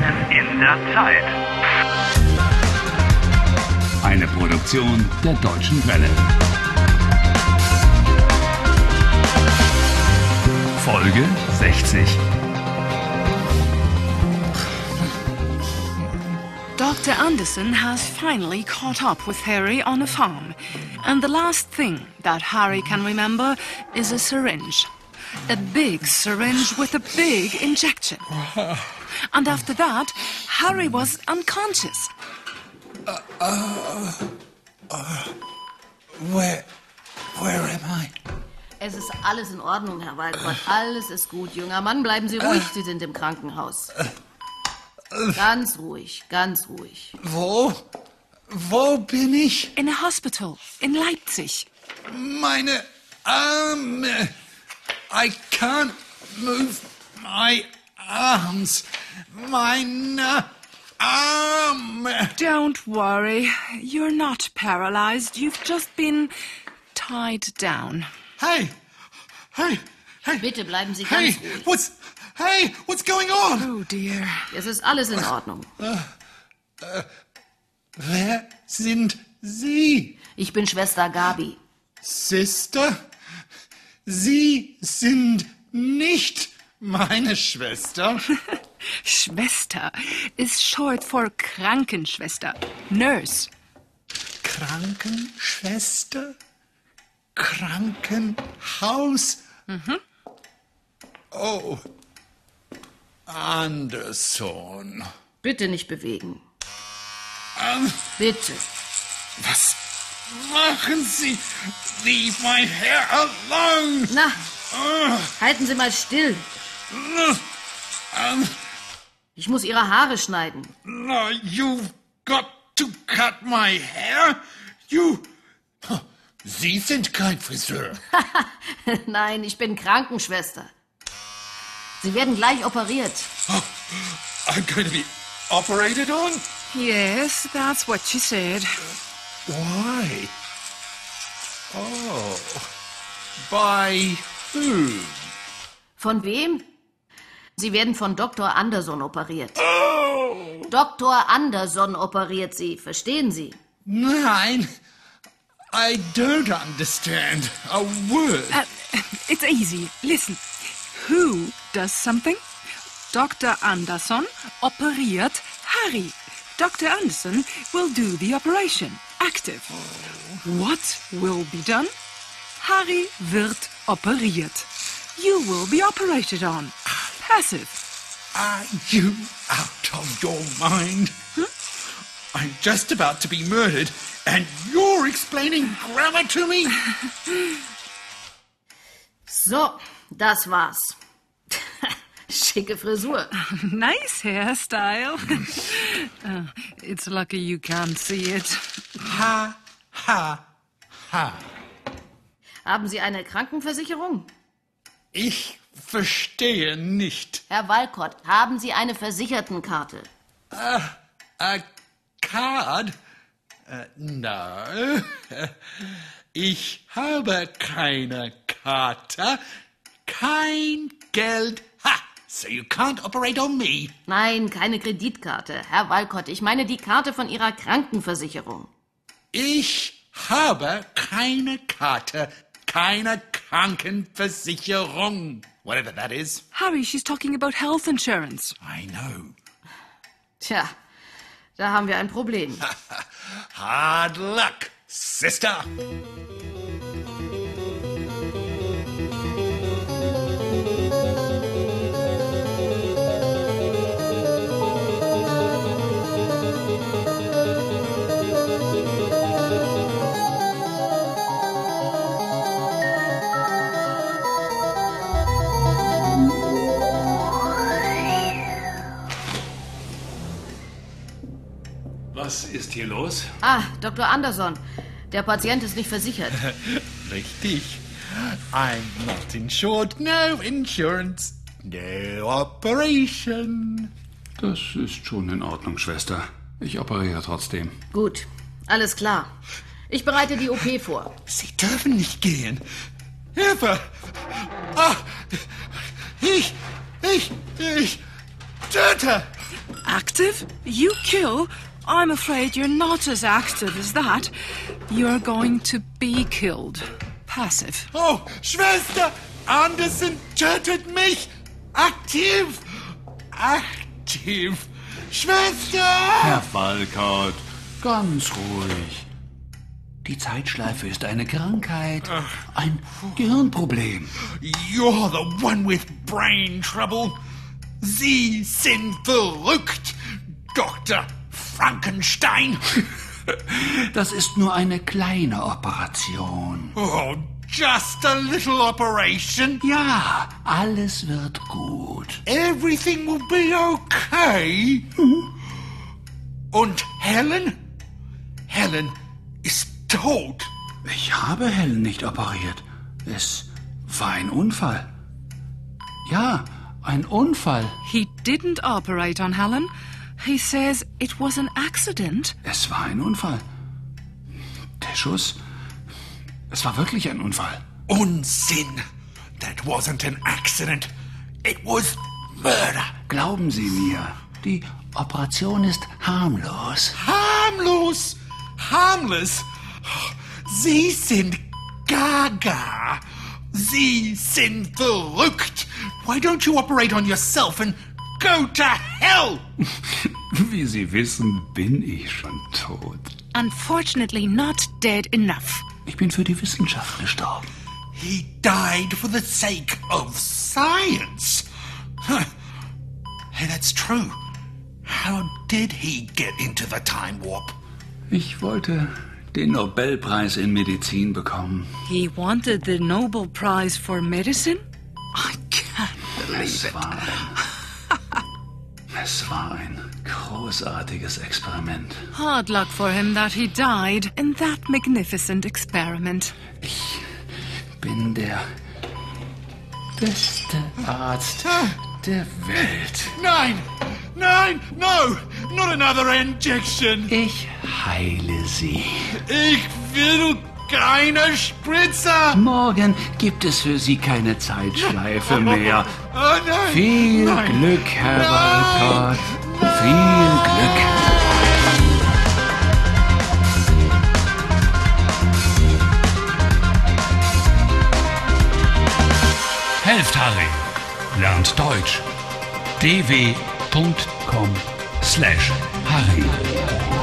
der Zeit. Eine Produktion der Deutschen Welle. Folge 60. Dr. Anderson has finally caught up with Harry on a farm. And the last thing that Harry can remember is a syringe. A big syringe with a big injection. And after that, Harry was unconscious. Where, where am I? Es ist alles in Ordnung, Herr Waldrott. Alles ist gut, junger Mann. Bleiben Sie ruhig, Sie sind im Krankenhaus. Ganz ruhig, ganz ruhig. Wo? Wo bin ich? In a hospital in Leipzig. Meine Arme. I can't move my arms. Meine Arme. Don't worry. You're not paralyzed. You've just been tied down. Hey, hey, hey, Bitte bleiben Sie hey, ganz ruhig. what's, hey, what's going on? Oh dear. Es ist alles in Ordnung. Wer sind Sie, Ich bin Schwester Gabi. Sister? Sie sind nicht meine Schwester. Schwester is short for Krankenschwester, nurse. Krankenschwester? Krankenhaus? Oh, Anderson. Bitte nicht bewegen. Bitte. Was machen Sie? Leave my hair alone! Na, Ah, halten Sie mal still. Ich muss Ihre Haare schneiden. No, you've got to cut my hair. You... Sie sind kein Friseur. Nein, ich bin Krankenschwester. Sie werden gleich operiert. I'm going to be operated on? Yes, that's what she said. Why? Oh. By whom? Von wem? Sie werden von Dr. Anderson operiert. Oh. Dr. Anderson operiert Sie, verstehen Sie? Nein. I don't understand a word. Uh, it's easy. Listen. Who does something? Dr. Anderson operiert Harry. Dr. Anderson will do the operation. Active. What will be done? Harry wird operiert. You will be operated on. Passive. Are you out of your mind? I'm just about to be murdered, and you're explaining grammar to me? So, das war's. Schicke Frisur. Nice hairstyle. Uh, it's lucky you can't see it. ha, ha, ha. Haben Sie eine Krankenversicherung? Ich verstehe nicht. Herr Walcott, haben Sie eine Versichertenkarte? A card? Äh, no. Ich habe keine Karte. Kein Geld. Ha! So you can't operate on me. Nein, keine Kreditkarte. Herr Walcott, ich meine die Karte von Ihrer Krankenversicherung. Ich habe keine Karte. Keine Krankenversicherung. Whatever that is. Harry, she's talking about health insurance. I know. Tja, da haben wir ein Problem. Hard luck, sister. Was ist hier los? Ah, Dr. Anderson, der Patient ist nicht versichert. Richtig. I'm not insured. No insurance. No operation. Das ist schon in Ordnung, Schwester. Ich operiere trotzdem. Gut, alles klar. Ich bereite die OP vor. Sie dürfen nicht gehen. Hilfe! Ah, ich, ich, ich töte! Active? You kill? I'm afraid you're not as active as that. You're going to be killed. Passive. Oh, Schwester, Anderson tötet mich. Aktiv. Aktiv. Schwester. Herr Walcott, ganz ruhig. Die Zeitschleife ist eine Krankheit, ein Gehirnproblem. You're the one with brain trouble. Sie sind verrückt, Dr. Frankenstein. Das ist nur eine kleine Operation. Oh, just a little operation. Ja, alles wird gut. Everything will be okay. Und Helen? Helen ist tot. Ich habe Helen nicht operiert. Es war ein Unfall. Ja, ein Unfall. He didn't operate on Helen. He says it was an accident. Es war ein Unfall. Der Schuss. Es war wirklich ein Unfall. Unsinn. That wasn't an accident. It was murder. Glauben Sie mir, die Operation ist harmlos. Harmlos. Harmless. Sie sind gaga. Sie sind verrückt. Why don't you operate on yourself and go to hell? Wie Sie wissen, bin ich schon tot. Unfortunately, not dead enough. Ich bin für die Wissenschaft gestorben. He died for the sake of science. Huh. Hey, that's true. How did he get into the time warp? Ich wollte den Nobelpreis in Medizin bekommen. He wanted the Nobel Prize for Medicine? I can't believe Es it. war ein, es war ein großartiges Experiment. Hard luck for him that he died in that magnificent experiment. Ich bin der beste Arzt Ah. der Welt. Nine! Nine! No! Not another injection! Ich heile Sie. Ich will keine Spritzer! Morgen gibt es für Sie keine Zeitschleife mehr. Oh nein! Viel nein. Glück, Herr Nein. Walcott. Viel Glück. Helft Harry. Lernt Deutsch. dw.com slash Harry.